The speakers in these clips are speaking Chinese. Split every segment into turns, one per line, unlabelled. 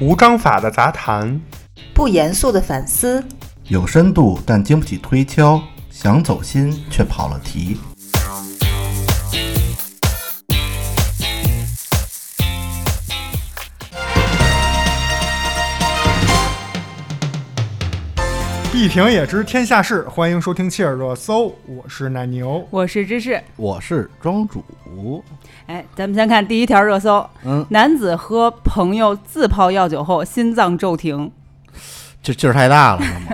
无章法的杂谈，
不严肃的反思，
有深度但经不起推敲，想走心却跑了题。
一评也知天下事，欢迎收听切尔热搜，我是奶牛。
我是芝士。
我是庄主，
哎，咱们先看第一条热搜：
嗯，
男子和朋友自泡药酒后心脏骤停。
这劲儿太大 了，是吗？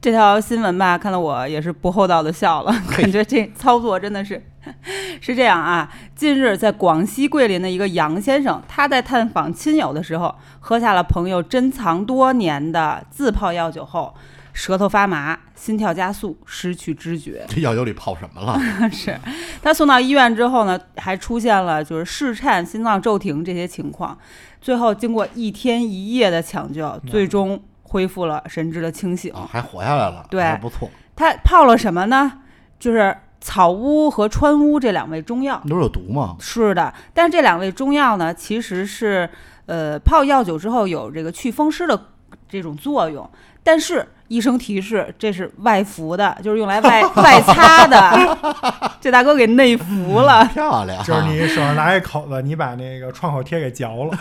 这条新闻吧，看得我也是不厚道的笑了，感觉这操作真的是 是这样啊。近日，在广西桂林的一个杨先生，他在探访亲友的时候，喝下了朋友珍藏多年的自泡药酒后，舌头发麻，心跳加速，失去知觉。
这药酒里泡什么了？
是他送到医院之后呢，还出现了就是室颤、心脏骤停这些情况，最后经过一天一夜的抢救，最终恢复了神志的清醒。
啊，还活下来了，
对
还不错。
他泡了什么呢？就是草乌和川乌这两味中药。
那不是有毒吗？
是的，但是这两味中药呢，其实是呃泡药酒之后有这个祛风湿的这种作用，但是医生提示这是外服的，就是用来外外擦的。这大哥给内服了，
漂亮，啊
就是你手上拿一口子，你把那个创口贴给嚼了，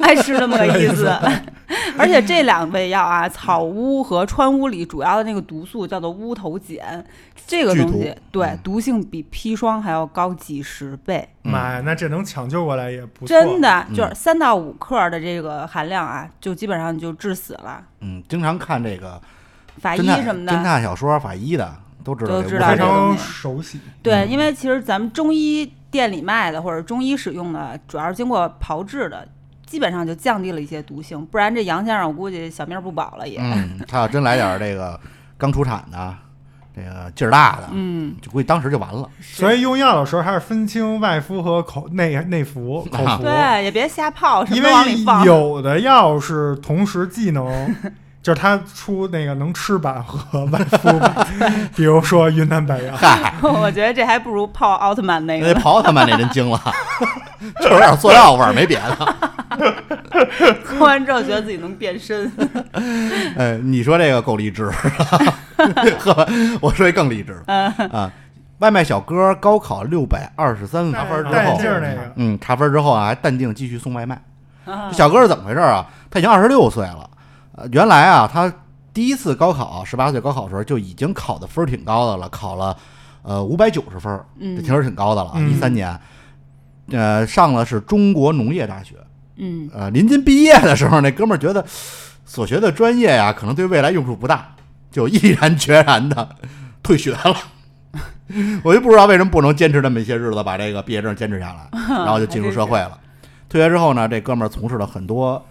哎，是这么个意思。 而且这两味药啊，草乌和川乌里主要的那个毒素叫做乌头碱，这个
剧
东
毒
西对
嗯
毒性比砒霜还要高几十倍，
嗯
妈呀，那这能抢救过来也不错。
真，的就
嗯
是三到五克儿的这个含量啊，就基本上就致死了。
嗯，经常看这个
法医
侦探
什么
侦
的，
探小说、法医的都知道
都
这
知
无
道
非
非常
这个
常
东西
熟悉。
对，因为其实咱们中医店里卖的或者中医使用的，主要是经过炮制的，基本上就降低了一些毒性，不然这杨先生我估计小命儿不保了也。
嗯，他要真来点儿这个刚出产的，这个劲儿大的，
嗯，
就估计当时就完了。
所以用药的时候还是分清外敷和口 内内服口服，
对，也别瞎泡，什么
因
都往里放
为。有的药是同时既 能，就是它出那个能吃版和外敷 版，比如说云南白药。
嗨，
我觉得这还不如泡奥特曼那
那
个呢，
刨他妈那人精了， 就是有点塑料味儿，没别的。
喝完之后觉得自己能变身。
呃，你说这个够励志， 呵，我说一更励志啊！外卖小哥高考六百二十三分
戴
哦
之
戴眼
后
镜，儿那个，
嗯，查分之后啊，还淡定继续送外卖。这小哥是怎么回事啊？他已经二十六岁了，呃，原来啊，他第一次高考，十八岁高考的时候就已经考的分儿挺高的了，考了呃五百九十分儿，这
嗯
挺分儿挺高的了啊。
嗯
一三年，呃，上的是中国农业大学。
嗯，
呃，临近毕业的时候，那哥们儿觉得所学的专业啊呀、可能对未来用处不大，就毅然决然的退学了。我就不知道为什么不能坚持这么一些日子，把这个毕业证坚持下来，然后就进入社会了。退学之后呢，这哥们儿从事了很多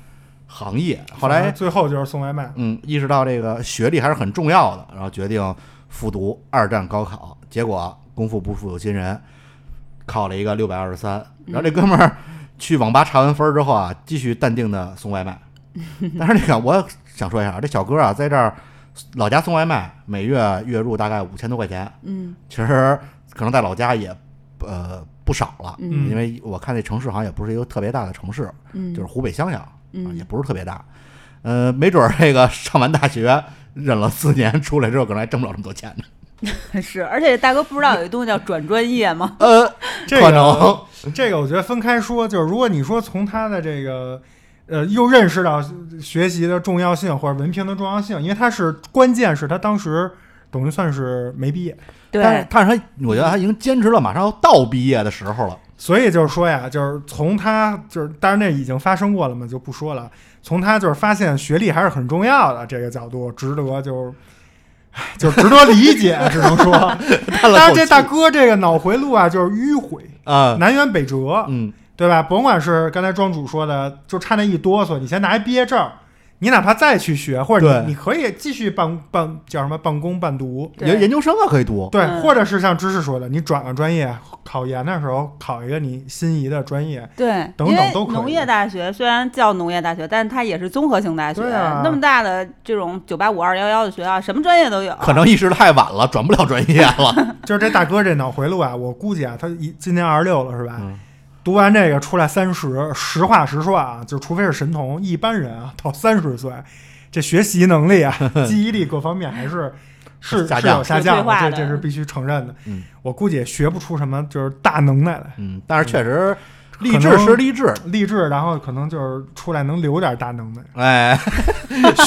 行业，后
反
来
正最后就是送外卖。
嗯，意识到这个学历还是很重要的，然后决定复读二战高考，结果功夫不负有心人，考了一个六百二十三。
嗯
然后这哥们儿去网吧查完分儿之后啊，继续淡定的送外卖。但是那个我想说一下啊，这小哥啊，在这儿老家送外卖，每月月入大概五千多块钱，
嗯
其实可能在老家也呃不少了，
嗯
因为我看那城市好像也不是一个特别大的城市，
嗯，
就是湖北襄阳，啊
嗯
也不是特别大。呃，没准儿这个 上完大学忍了四年，出来之后可能还挣不了这么多钱呢。
是，而且大哥不知道有一东西叫转专业 吗？
呃，
这
可
个
能
这个我觉得分开说，就是如果你说从他的这个。呃，又认识到学习的重要性或者文凭的重要性，因为他是关键，是他当时等于算是没毕业，
但是，但是他，我觉得他已经坚持了，马上要到毕业的时候了。
所以就是说呀，就是从他就是，当然那已经发生过了嘛，就不说了。从他就是发现学历还是很重要的这个角度，值得就是，唉就是值得理解，只能说。
叹了
当然，
口
这
气
大哥这个脑回路啊，就是迂回，
啊，
南辕北辙，
嗯，
对吧？甭管是刚才庄主说的，就差那一哆嗦，你先拿一毕业证，你哪怕再去学，或者
对
你你可以继续半半叫什么半工半读，
对
研研究生啊可以读，
对，
嗯
或者是像知识说的，你转个专业，考研的时候考一个你心仪的专业。
对，
等
因
等
为
都可
农
以
业大学虽然叫农业大学，但是它也是综合性大学，
对啊
那么大的这种九八五二幺幺的学校，什么专业都有。
可能意识太晚了， 转不了专业了。
就是这大哥这脑回路啊，我估计啊，他一今年二十六了是吧？
嗯
读完这个出来三十，实话实说啊，就除非是神童，一般人啊到三十岁，这学习能力啊、 记忆力各方面还是是
下
是
降
有下
是
降
退化
的，
的
这这是必须承认的。
嗯
我估计也学不出什么就是大能耐来，
嗯，但是确实
能
励志是励志，
励志，然后可能就是出来能留点大能 耐，
哎，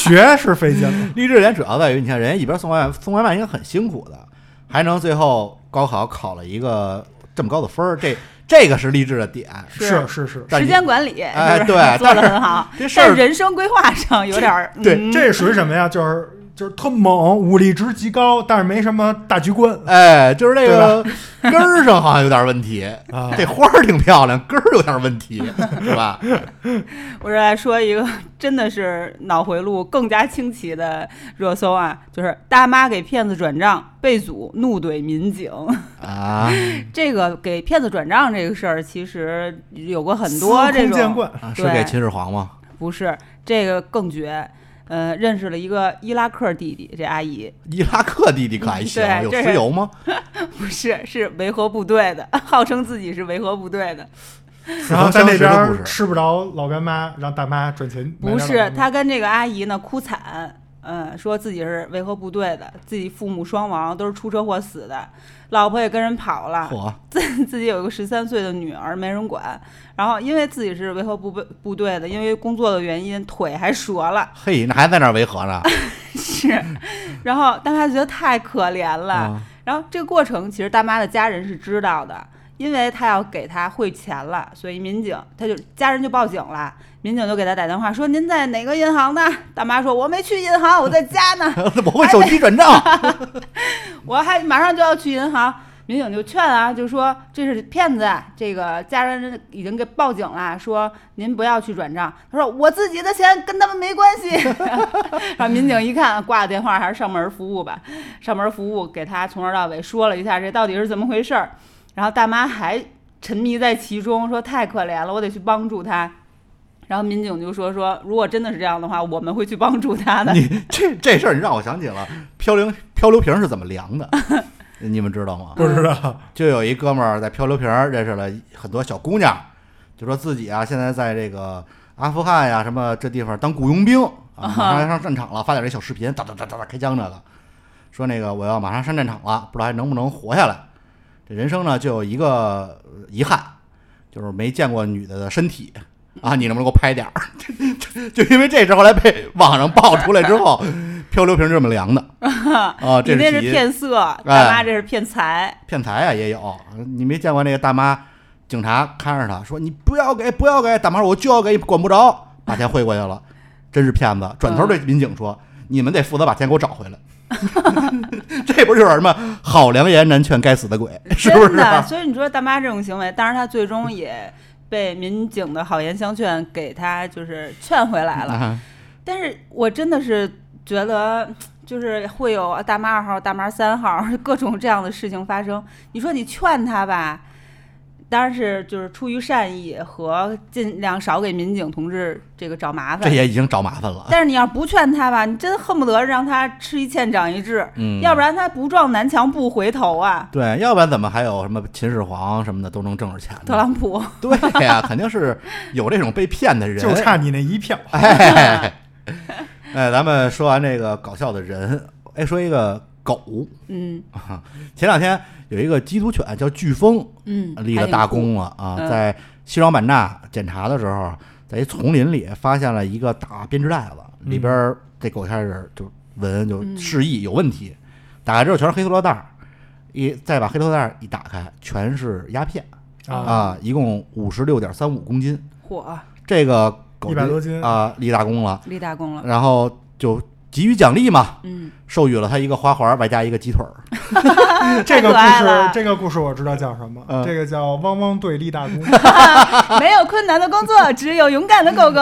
学是费劲了。
励志点主要在于，你看人家一边送外卖送外卖应该很辛苦的，还能最后高考考了一个这么高的分儿，这这个是励志的点。
是是是，
但
时
你
间管理，
哎
是不是
对
做的
但是
很好。
这事
但
儿
人生规划上有点儿，
对
嗯
这属于什么呀？就是就是特猛，武力值极高，但是没什么大局 观
哎，就是这个根儿上好像有点问题。
啊。
这花儿挺漂亮，根儿有点问 题，是吧？
我这来说一个 真的是脑回路更加清奇的热搜啊，就是大妈给骗子转账被阻，怒怼民警。
啊，
这个给骗子转账这个事儿，其实有过很多
司
这
空见
种，
惯，
啊是
对
给秦始皇吗？
不是这个更绝。呃，认识了一个伊拉克弟弟，这阿姨
伊拉克弟弟可还行，
对
有
这
石
是
油吗？
不是是维和部队的，号称自己是维和部队的，
然后在那边
不
儿
是
吃不着老干妈，让大妈赚钱。买
不
点老
是
干，妈
他跟这个阿姨呢哭惨，嗯，说自己是维和部队的，自己父母双亡，都是出车祸死的，老婆也跟人跑了，
嚯，
自己有一个十三岁的女儿没人管，然后因为自己是维和部队部队的，因为工作的原因腿还折了，
嘿，那还在那儿维和呢？
是，然后大妈觉得太可怜了，
啊
然后这个过程其实大妈的家人是知道的，因为她要给她汇钱了，所以民警她就家人就报警了，民警就给她打电话说您在哪个银行呢？大妈说我没去银行，我在家呢，
我会手机转账，
我还马上就要去银行。民警就劝啊，就说这是骗子，啊这个家人已经给报警了，说您不要去转账。他说我自己的钱跟他们没关系。 然后民警一看挂了电话，还是上门服务吧。上门服务给他从头到尾说了一下这到底是怎么回事儿。然后大妈还沉迷在其中，说太可怜了，我得去帮助他。然后民警就说说，如果真的是这样的话，我们会去帮助他的。
你这这事儿你让我想起了漂流漂流瓶是怎么量 的，你们知道吗？
不知道，
就有一哥们儿在漂流瓶儿认识了很多小姑娘，就说自己啊现在在这个阿富汗呀、什么这地方当雇佣兵啊，马上上战场了，发点这小视频，哒哒哒哒哒开枪这个，说那个我要马上上战场了，不知道还能不能活下来。这人生呢就有一个呃遗憾，就是没见过女的的身体。啊， 你能不能给我拍点儿？就因为这事，后来被网上爆出来之 后，漂流瓶是这么量的啊，这
你那
是哎
是
其一
骗色，大妈这是骗财。
骗财啊也有，你没见过那个大妈，警察看着她说你不要给不要给，大妈说我就要给，管不着， 把钱汇过去了，真是骗子。转头对民警说，你们得负责把钱给我找回来。 这不就是什么好良言难劝该死的鬼， 是不
真
是、
的，
啊？
所以你说大妈这种行为，当然她 最终也被民警的好言相劝给她就是劝回来了。
啊
但是我真的是觉得，就是会有啊大妈二号、大妈三号各种这样的事情发生。你说你劝她吧，当然是就是出于善意和尽量少给民警同志这个找麻
这
烦。
也已经找麻烦了。
但是你要不劝她吧，你真恨不得让她吃一堑长一智，
嗯，
要不然她不撞南墙不回头啊。
对，要不然怎么还有什么秦始皇什么的都能挣着钱
特
呢？
朗普，
对呀、肯定是有这种被骗的 人，
就差你那一票。
嗯哎，哎，咱们说完这个搞笑的人，哎，说一个狗。
嗯
前两天有一个缉毒犬叫飓风，
嗯，
立了
还挺
大
酷
功了啊！
嗯
在西双版纳检查的时候，在一丛林里发现了一个大编织袋子，
嗯
里边儿这狗开始就闻，就
嗯
示意有问题。打开之后全是黑塑料袋儿，一再把黑塑料袋儿一打开，全是鸦片
啊，
啊！一共五十六点三五公斤，
火
这个狗
100多斤
啊，立大功了。
立 大功了。
然后就给予奖励嘛，
嗯，
授予了他一个花环，外加一个鸡腿儿。
这个
嗯太可
故
爱
事
了，
这个故事我知道叫什么
嗯，
这个叫《汪汪队立大功》。
没有困难的工作，只有勇敢的狗狗。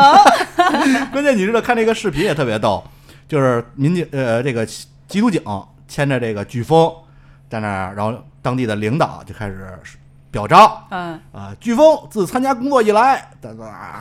关键你知道，看这个视频也特别逗，就是民警呃这个缉毒警牵着这个飓风在那儿，然后当地的领导就开始表彰。
嗯，
啊，飓风自参加工作以来，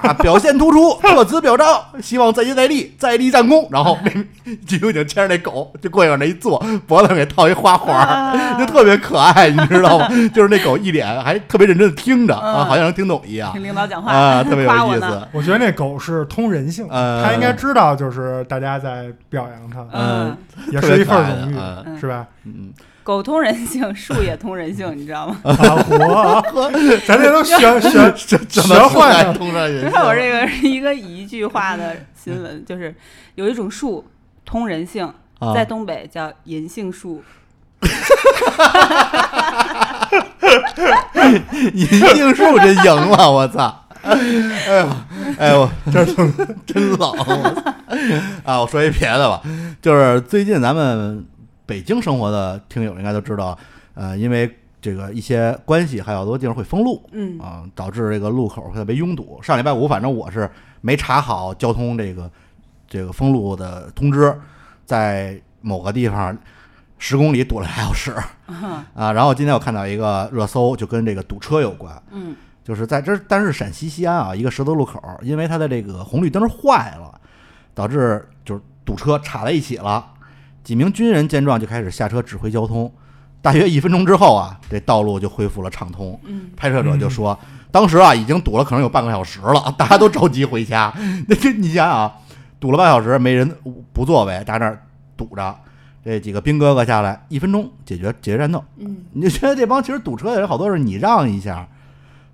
啊，表现突出，特此表彰，希望再接再厉，再立战功。然后那 飓风警牵着那狗，就过去往那一坐，脖子上给套一花环
啊
儿，就特别可爱，你知道吗？就是那狗一脸还特别认真的听着啊，
嗯
好像能听懂一样
听领导讲话
啊，特别有
夸我
意
呢
思。
我觉得那狗是通人性，
呃
它应该知道，就是大家在表扬它，
嗯，
也
特
是
别
一
可爱
份
的
荣誉，
嗯
嗯
是吧？
嗯，
狗通人性，树也通人性，你知道吗？
呃
啊，活，咱这都学学
这这
学坏了
通上
你
人
看我这
性
个是一个一句话的新闻，就是有一种树通人性，
啊
在东北叫银杏树。
银杏树真赢了，我操！ 哎呦，哎呦，
这 是
真冷啊！我说一别的吧，就是最近咱们北京生活的听友应该都知道，呃，因为这个一些关系，还有好多地方会封路
嗯
啊、导致这个路口特别拥堵。上礼拜五，反正我是没查好交通这个这个封路的通知，在某个地方十公里堵了俩小时啊。然后今天我看到一个热搜，就跟这个堵车有关，
嗯
就是在这儿，但是陕西西安啊，一个十字路口，因为它的这个红绿灯坏了，导致就是堵车插在一起了。几名军人见状就开始下车指挥交通，大约一分钟之后啊，这道路就恢复了畅通。
嗯，
拍摄者就说，当时啊已经堵了可能有半个小时了， 大家都着急回家。 那这你想想啊，堵了半小时没人不作为，大家那儿堵着，这几个兵哥哥下来一分钟解决解决战斗。
嗯，
你就觉得这帮其实堵车的人好多是你让一下，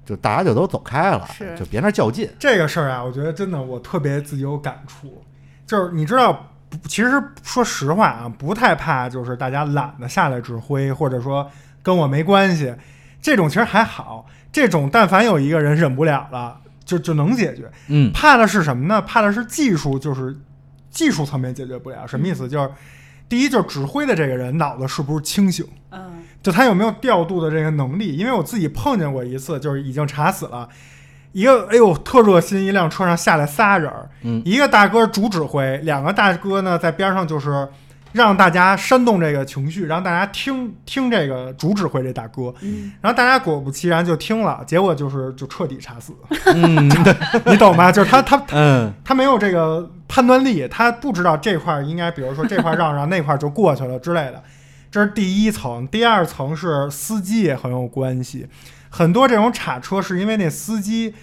就大家就都走开了，
是
就别那儿较劲。
这个事儿啊，我觉得真的我特别自己有感触，就是你知道，不其实说实话啊，不太怕就是大家懒得下来指挥，或者说跟我没关系，这种其实还好，这种但凡有一个人忍不了了，就就能解决。
嗯
怕的是什么呢？怕的是技术，就是技术层面解决不了。什么意思？就是第一，就是指挥的这个人脑子是不是清醒。
嗯，
就他有没有调度的这个能力？因为我自己碰见过一次，就是已经查死了一个，哎呦，特热心，一辆车上下来仨人儿，
嗯
一个大哥主指挥，两个大哥呢在边上就是让大家煽动这个情绪，让大家听听这个主指挥这大哥，
嗯
然后大家果不其然就听了，结果就是就彻底查死，
嗯
你懂吗？就是他他
嗯
他没有这个判断力，他不知道这块儿应该，比如说这块儿让让那块儿就过去了之类的。这是第一层，第二层是司机也很有关系。很多这种卡车是因为那司机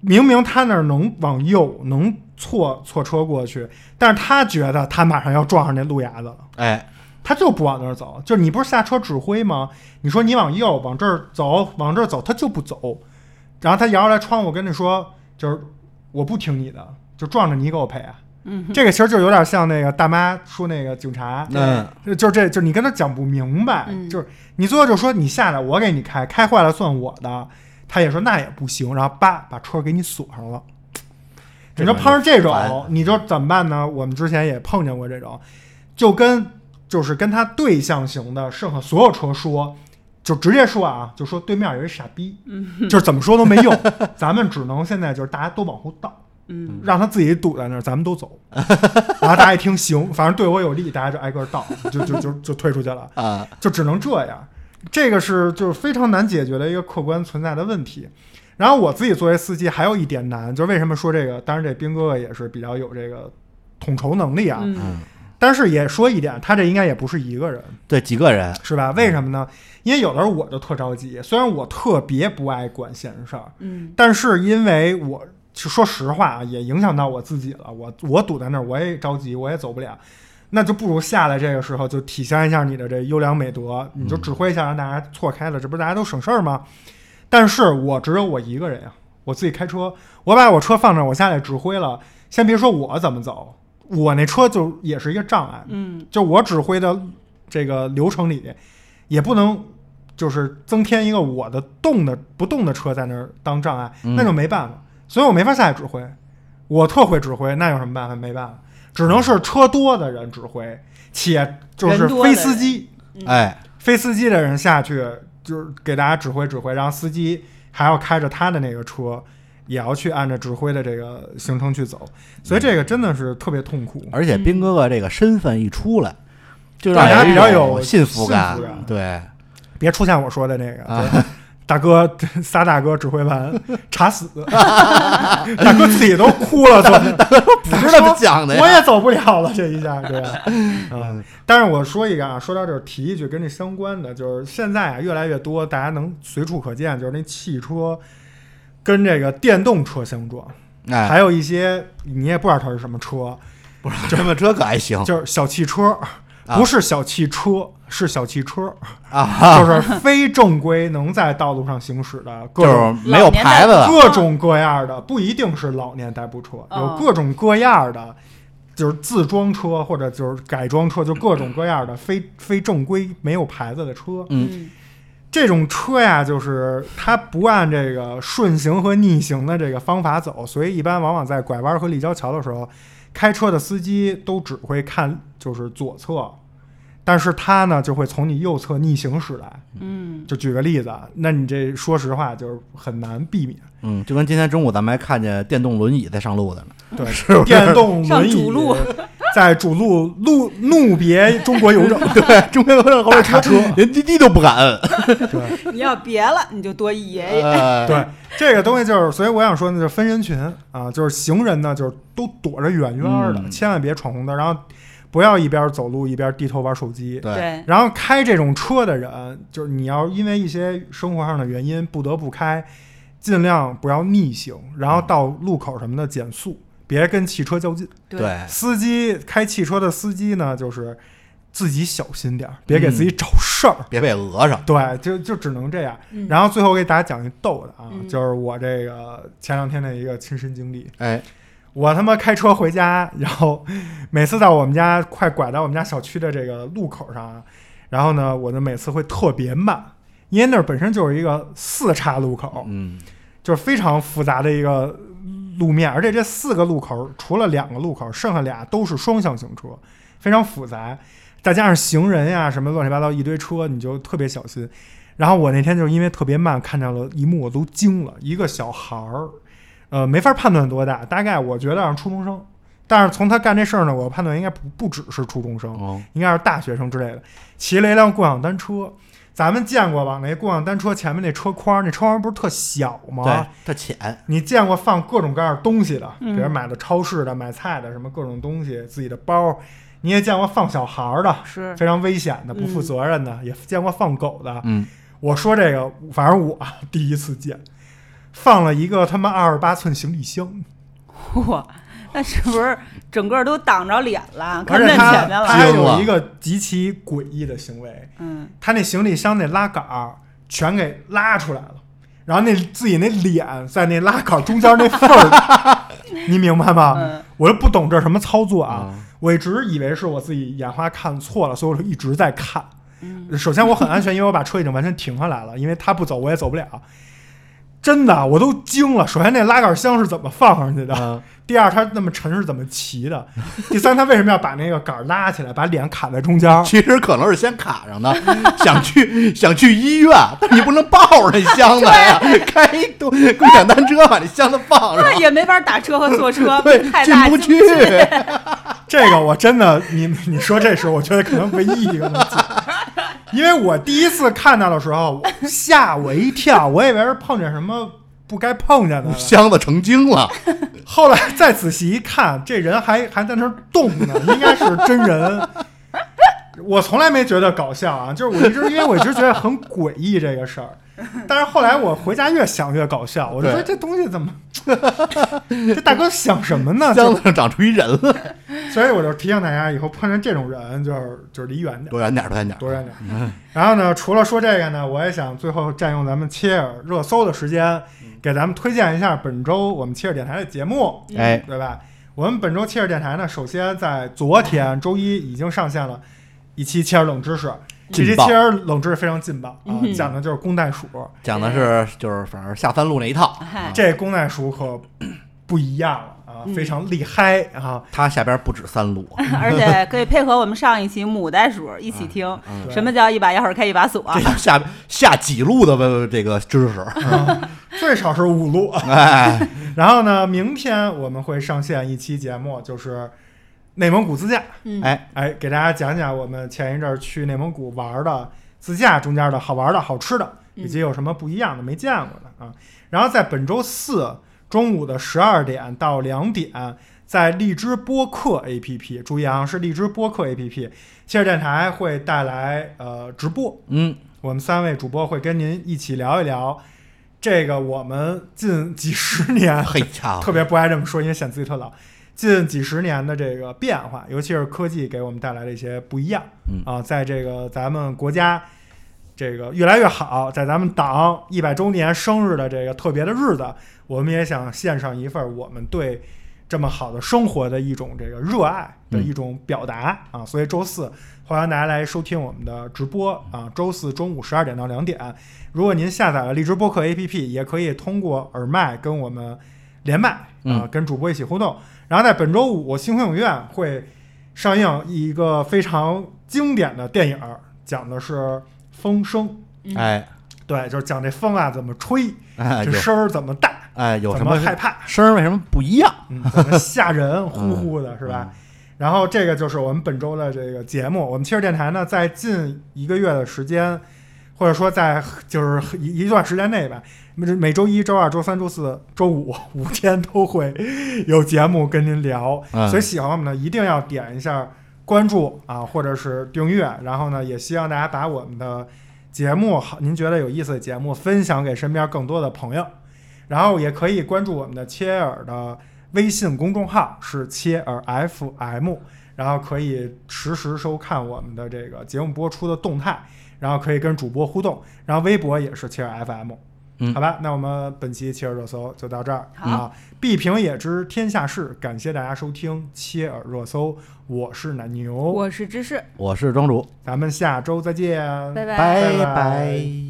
明明他那儿能往右，能错错车过去，但是他觉得他马上要撞上那路牙子了，
哎
他就不往那儿走。就是你不是下车指挥吗？你说你往右，往这儿走，往这儿走，他就不走。然后他摇下来窗户跟你说，就是我不听你的，就撞着你给我赔啊。
嗯，
这个其实就有点像那个大妈说那个警察，
嗯
就就这就你跟他讲不明白，
嗯
就是你最后就说你下来我给你开，开坏了算我的。他也说那也不行，然后叭把车给你锁上了。
这
你说
种
碰上这
就烦
种，你就怎么办呢？我们之前也碰见过这种，就跟就是跟他对象型的，是和所有车说，就直接说啊，就说对面有一傻逼，就是怎么说都没用，咱们只能现在就是大家都往后倒，
嗯，
让他自己堵在那儿，咱们都走。然后大家一听行，反正对我有利，大家就挨个倒，就就就就退出去了，
啊
就只能这样。这个是就是非常难解决的一个客观存在的问题。然后我自己作为司机，还有一点难，就是为什么说这个？当然，这兵哥哥也是比较有这个统筹能力啊。
嗯
但是也说一点，他这应该也不是一个人，
对几个人
是吧？为什么呢？因为有的时候我就特着急，虽然我特别不爱管闲事儿，
嗯
但是因为我说实话啊，也影响到我自己了，我我堵在那儿，我也着急，我也走不了，那就不如下来这个时候就体现一下你的这优良美德，你就指挥一下，让大家错开了，这不是大家都省事儿吗？但是我只有我一个人呀、我自己开车，我把我车放那儿，我下来指挥了，先别说我怎么走，我那车就也是一个障碍，
嗯
就我指挥的这个流程里，也不能就是增添一个我的动的不动的车在那儿当障碍，
嗯
那就没办法，所以我没法下来指挥。我特会指挥，那有什么办法？没办法，只能是车多的人指挥，且就是
人多的
非
人
司机、
嗯
哎
非司机的人下去，就是给大家指挥指挥，然后司机还要开着他的那个车。也要去按照指挥的这个行程去走，所以这个真的是特别痛苦。
而且斌哥哥这个身份一出来，就让
大家
人
比较
一种
有
幸福
幸福感
对，
别出现我说的那个，
啊
就是大哥 仨大哥指挥完查死， 大哥自己都哭了，都
不是那么讲的
我
呀。
也走不了了，这一下对 吧？嗯，但是我说一个啊，说到这儿提一句跟这相关的，就是现在啊越来越多，大家能随处可见，就是那汽车跟这个电动车相撞，
哎，
还有一些你也不知道它是什么车，
不是这么这可还行
就是小汽车，
哦啊
不是小汽车，是小汽车，
啊，
就是非正规能在道路上行驶的各
就
种
是没有牌子的
各种各样的，不一定是老年代步车，有
哦
各种各样的，就是自装车或者就是改装车，就各种各样的非非正规没有牌子的车。
嗯
这种车呀，就是它不按这个顺行和逆行的这个方法走，所以一般往往在拐弯和立交桥的时候，开车的司机都只会看就是左侧，但是他呢就会从你右侧逆行驶来。
嗯，
就举个例子啊，那你这说实话就是很难避免。
嗯，就跟今天中午咱们还看见电动轮椅在上路的呢，
对，
是不是？
电动
上
轮椅
主路
在主路路怒别中国邮政，
对，中间有人后面
大卡车
连滴滴都不敢摁。
对
你要别了，你就多一爷爷。
哎
对，这个东西就是，所以我想说呢，就是分人群啊，就是行人呢，就是都躲着远远的，
嗯
千万别闯红灯，然后不要一边走路一边低头玩手机。
呃对
对，
然后开这种车的人，就是你要因为一些生活上的原因不得不开，尽量不要逆行，然
嗯
后到路口什么的减速，别跟汽车较劲。
对
对
司机开汽车的司机呢，就是自己小心点儿，别
嗯
给自己找事儿。
别被讹上。
对，就就只能这样。
嗯
然后最后给大家讲一逗的啊，
嗯
就是我这个前两天的一个亲身经历。
哎，
我他妈开车回家，然后每次到我们家快拐到我们家小区的这个路口上啊，然后呢，我就每次会特别慢，因为那儿本身就是一个四岔路口，
嗯，
就是非常复杂的一个路面，而且这四个路口除了两个路口，剩下俩都是双向行车，非常复杂，再加上行人呀、什么乱七八糟一堆车，你就特别小心。然后我那天就因为特别慢，看到了一幕，我都惊了，一个小孩儿，呃，没法判断多大，大概我觉得像初中生，但是从他干这事儿呢，我判断应该不不只是初中生，
哦，
应该是大学生之类的，骑了一辆共享单车。咱们见过往那共享单车前面那车筐，那车筐不是特小吗？
对，它浅，
你见过放各种各样的东西的，比
嗯
如买的超市的、买菜的什么各种东西，自己的包。你也见过放小孩儿的，
是
非常危险的、
嗯
不负责任的，也见过放狗的。
嗯，
我说这个，反正我第一次见，放了一个他妈二十八寸行李箱，
哇，那是不是整个都挡着脸了，看
而
不
且
见
他
前面
他
了？
还
惊了
有一个极其诡异的行为，
嗯，
他那行李箱那拉杆儿全给拉出来了，然后那自己那脸在那拉杆儿中间那缝儿，你明白吗？
嗯
我就不懂这什么操作啊！
嗯
我一直以为是我自己眼花看错了，所以我就一直在看。首先我很安全，因为我把车已经完全停下来了，因为他不走我也走不了。真的，我都惊了。首先，那拉杆箱是怎么放上去的？
嗯
第二，它那么沉是怎么骑的？第三，他为什么要把那个杆儿拉起来，把脸卡在中间儿？
其实可能是先卡上 的，想去想去医院，但你不能抱着那箱子呀，开一共共享单车把那箱子放上
那，也没法打车和坐车，
对，
太
进
大
不去。
这个我真的，你你说这是我觉得可能唯一一个能解，因为我第一次看到的时候吓我一跳，我以为是碰见什么不该碰见的了。
箱子成精了，
后来再仔细一看，这人还还在那儿动呢，应该是真人。我从来没觉得搞笑啊，就是我一直因为我一直觉得很诡异这个事儿，但是后来我回家越想越搞笑，我就说
对
这东西怎么， 这大哥想什么呢？
箱
就
子上长出一人了，
所以我就提醒大家，以后碰见这种人就是就是离远点。
多远点儿，多远点儿，
多远点
嗯
儿。然后呢，除了说这个呢，我也想最后占用咱们切尔热搜的时间，
嗯
给咱们推荐一下本周我们切尔电台的节目，
哎，
对吧？我们本周切尔电台呢，首先在昨天周一已经上线了一期切尔冷知识，这期
劲爆
切尔冷知识非常劲爆啊
嗯，哼
讲的就是公袋鼠，
讲的是就是反正下三路那一套，
嗨，
这公袋鼠可不一样了啊，非常厉害啊！
它下边不止三 路，
而且可以配合我们上一期母袋鼠一
嗯
起听，
对
什么叫一把钥匙开一把锁？
这叫下下几路的呃这个 知识，哎
最少是五路。然后呢，明天我们会上线一期节目，就是内蒙古自驾。
嗯
哎
哎，给大家讲讲我们前一阵儿去内蒙古玩儿的自驾中间的好玩儿的好吃的，
嗯
以及有什么不一样的没见过的啊。然后在本周四中午的十二点到两点，在荔枝播客 APP，注意啊，是荔枝播客 APP，切尔电台会带来呃直播，
嗯，
我们三位主播会跟您一起聊一聊这个我们近几十年
哎嘿呀，
特别不爱这么说，因为显自己特老。近几十年的这个变化，尤其是科技给我们带来的一些不一样，
嗯
啊，在这个咱们国家这个越来越好，在咱们党一百周年生日的这个特别的日子，我们也想献上一份我们对这么好的生活的一种这个热爱的一种表达、啊。所以周四欢迎大家来收听我们的直播啊，周四中午十二点到两点。如果您下载了荔枝播客 APP，也可以通过耳麦跟我们连麦啊、
嗯
跟主播一起互动。然后在本周五，星空影院会上映一个非常经典的电影儿，讲的是风声，
哎
对，就是讲这风啊怎么吹，
哎
这
有
声儿怎么大，
哎有什
怎么
么
害怕，
声儿为什么不一样？
嗯，怎么吓人，呼呼的是吧？然后这个就是我们本周的这个节目。我们汽车电台呢，在近一个月的时间，或者说在就是一一段时间内吧，每每周一周二、周三、周四、周五五天都会有节目跟您聊。
嗯
所以喜欢我们呢，一定要点一下关注啊，或者是订阅。然后呢，也希望大家把我们的节目好，您觉得有意思的节目分享给身边更多的朋友。然后也可以关注我们的切尔的微信公众号是切尔 FM，然后可以实时收看我们的这个节目播出的动态，然后可以跟主播互动，然后微博也是切尔 FM。
嗯
好吧，那我们本期切尔热搜就到这儿
好
啊！必评也知天下事，感谢大家收听切尔热搜，我是奶牛，
我是芝士，
我是庄主，
咱们下周再见，
拜
拜
拜
拜